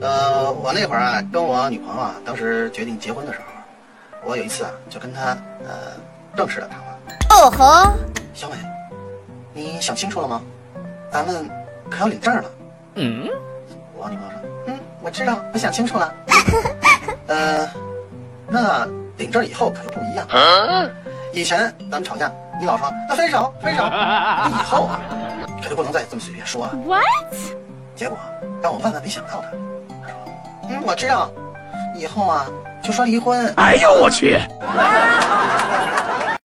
呃，我那会儿啊，跟我女朋友啊，当时决定结婚的时候，我有一次啊，就跟她呃正式的谈话。哦吼，小美，你想清楚了吗？咱们可要领证了。嗯，我女朋友说，嗯，我知道，我想清楚了。呃，那领证以后可就不一样。以前咱们吵架，你老说那分手分手，那以后啊，可就不能再这么随便说了。 what？结果让我万万没想到的，他说：“嗯，我知道，以后啊就说离婚。”哎呦我去！我